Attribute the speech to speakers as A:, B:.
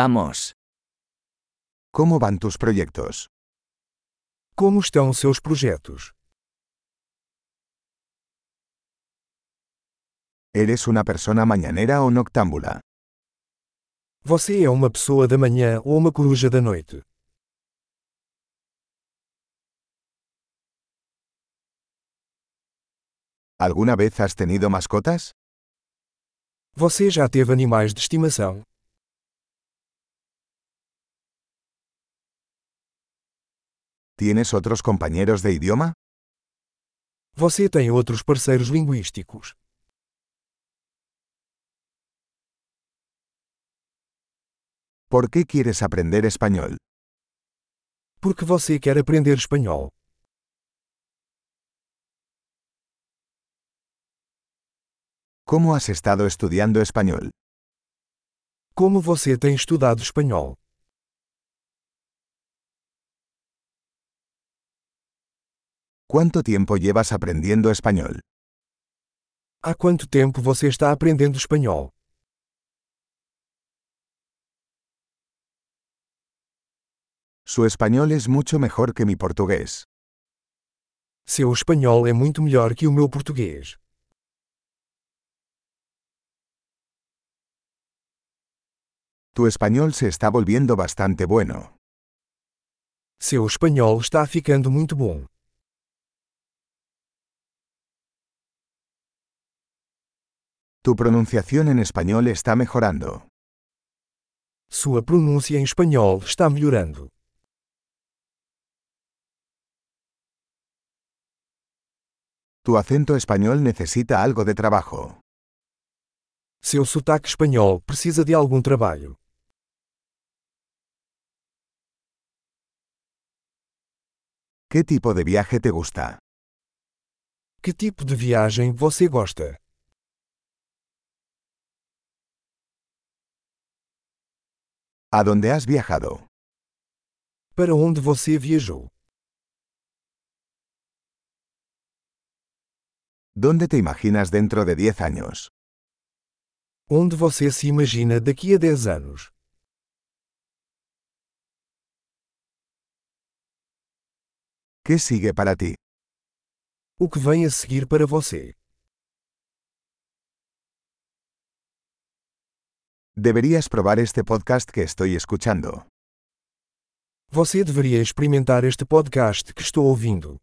A: Vamos.
B: ¿Cómo van tus proyectos?
C: Como estão seus projetos?
B: ¿Eres una persona mañanera o noctámbula?
C: Você é uma pessoa da manhã ou uma coruja da noite?
B: ¿Alguna vez has tenido mascotas?
C: Você já teve animais de estimação?
B: ¿Tienes otros compañeros de idioma?
C: Você tem outros parceiros linguísticos?
B: ¿Por qué quieres aprender español?
C: Porque você quer aprender espanhol?
B: ¿Cómo has estado estudiando español?
C: Como você tem estudado espanhol?
B: ¿Cuánto tiempo llevas aprendiendo español?
C: Há quanto tempo você está aprendendo espanhol?
B: Su español es mucho mejor que mi portugués.
C: Seu espanhol é muito melhor que o meu português.
B: Tu español se está volviendo bastante bueno.
C: Seu espanhol está ficando muito bom.
B: Tu pronunciación en español está mejorando.
C: Sua pronúncia em espanhol está melhorando.
B: Tu acento español necesita algo de trabajo.
C: Seu sotaque espanhol precisa de algum trabalho.
B: ¿Qué tipo de viaje te gusta?
C: Que tipo de viagem você gosta?
B: ¿A dónde has viajado?
C: Para onde você viajou?
B: ¿Dónde te imaginas dentro de 10 años?
C: Onde você se imagina daqui a 10 anos?
B: ¿Qué sigue para ti?
C: O que vem a seguir para você?
B: Deberías probar este podcast que estoy escuchando.
C: Você deveria experimentar este podcast que estou ouvindo.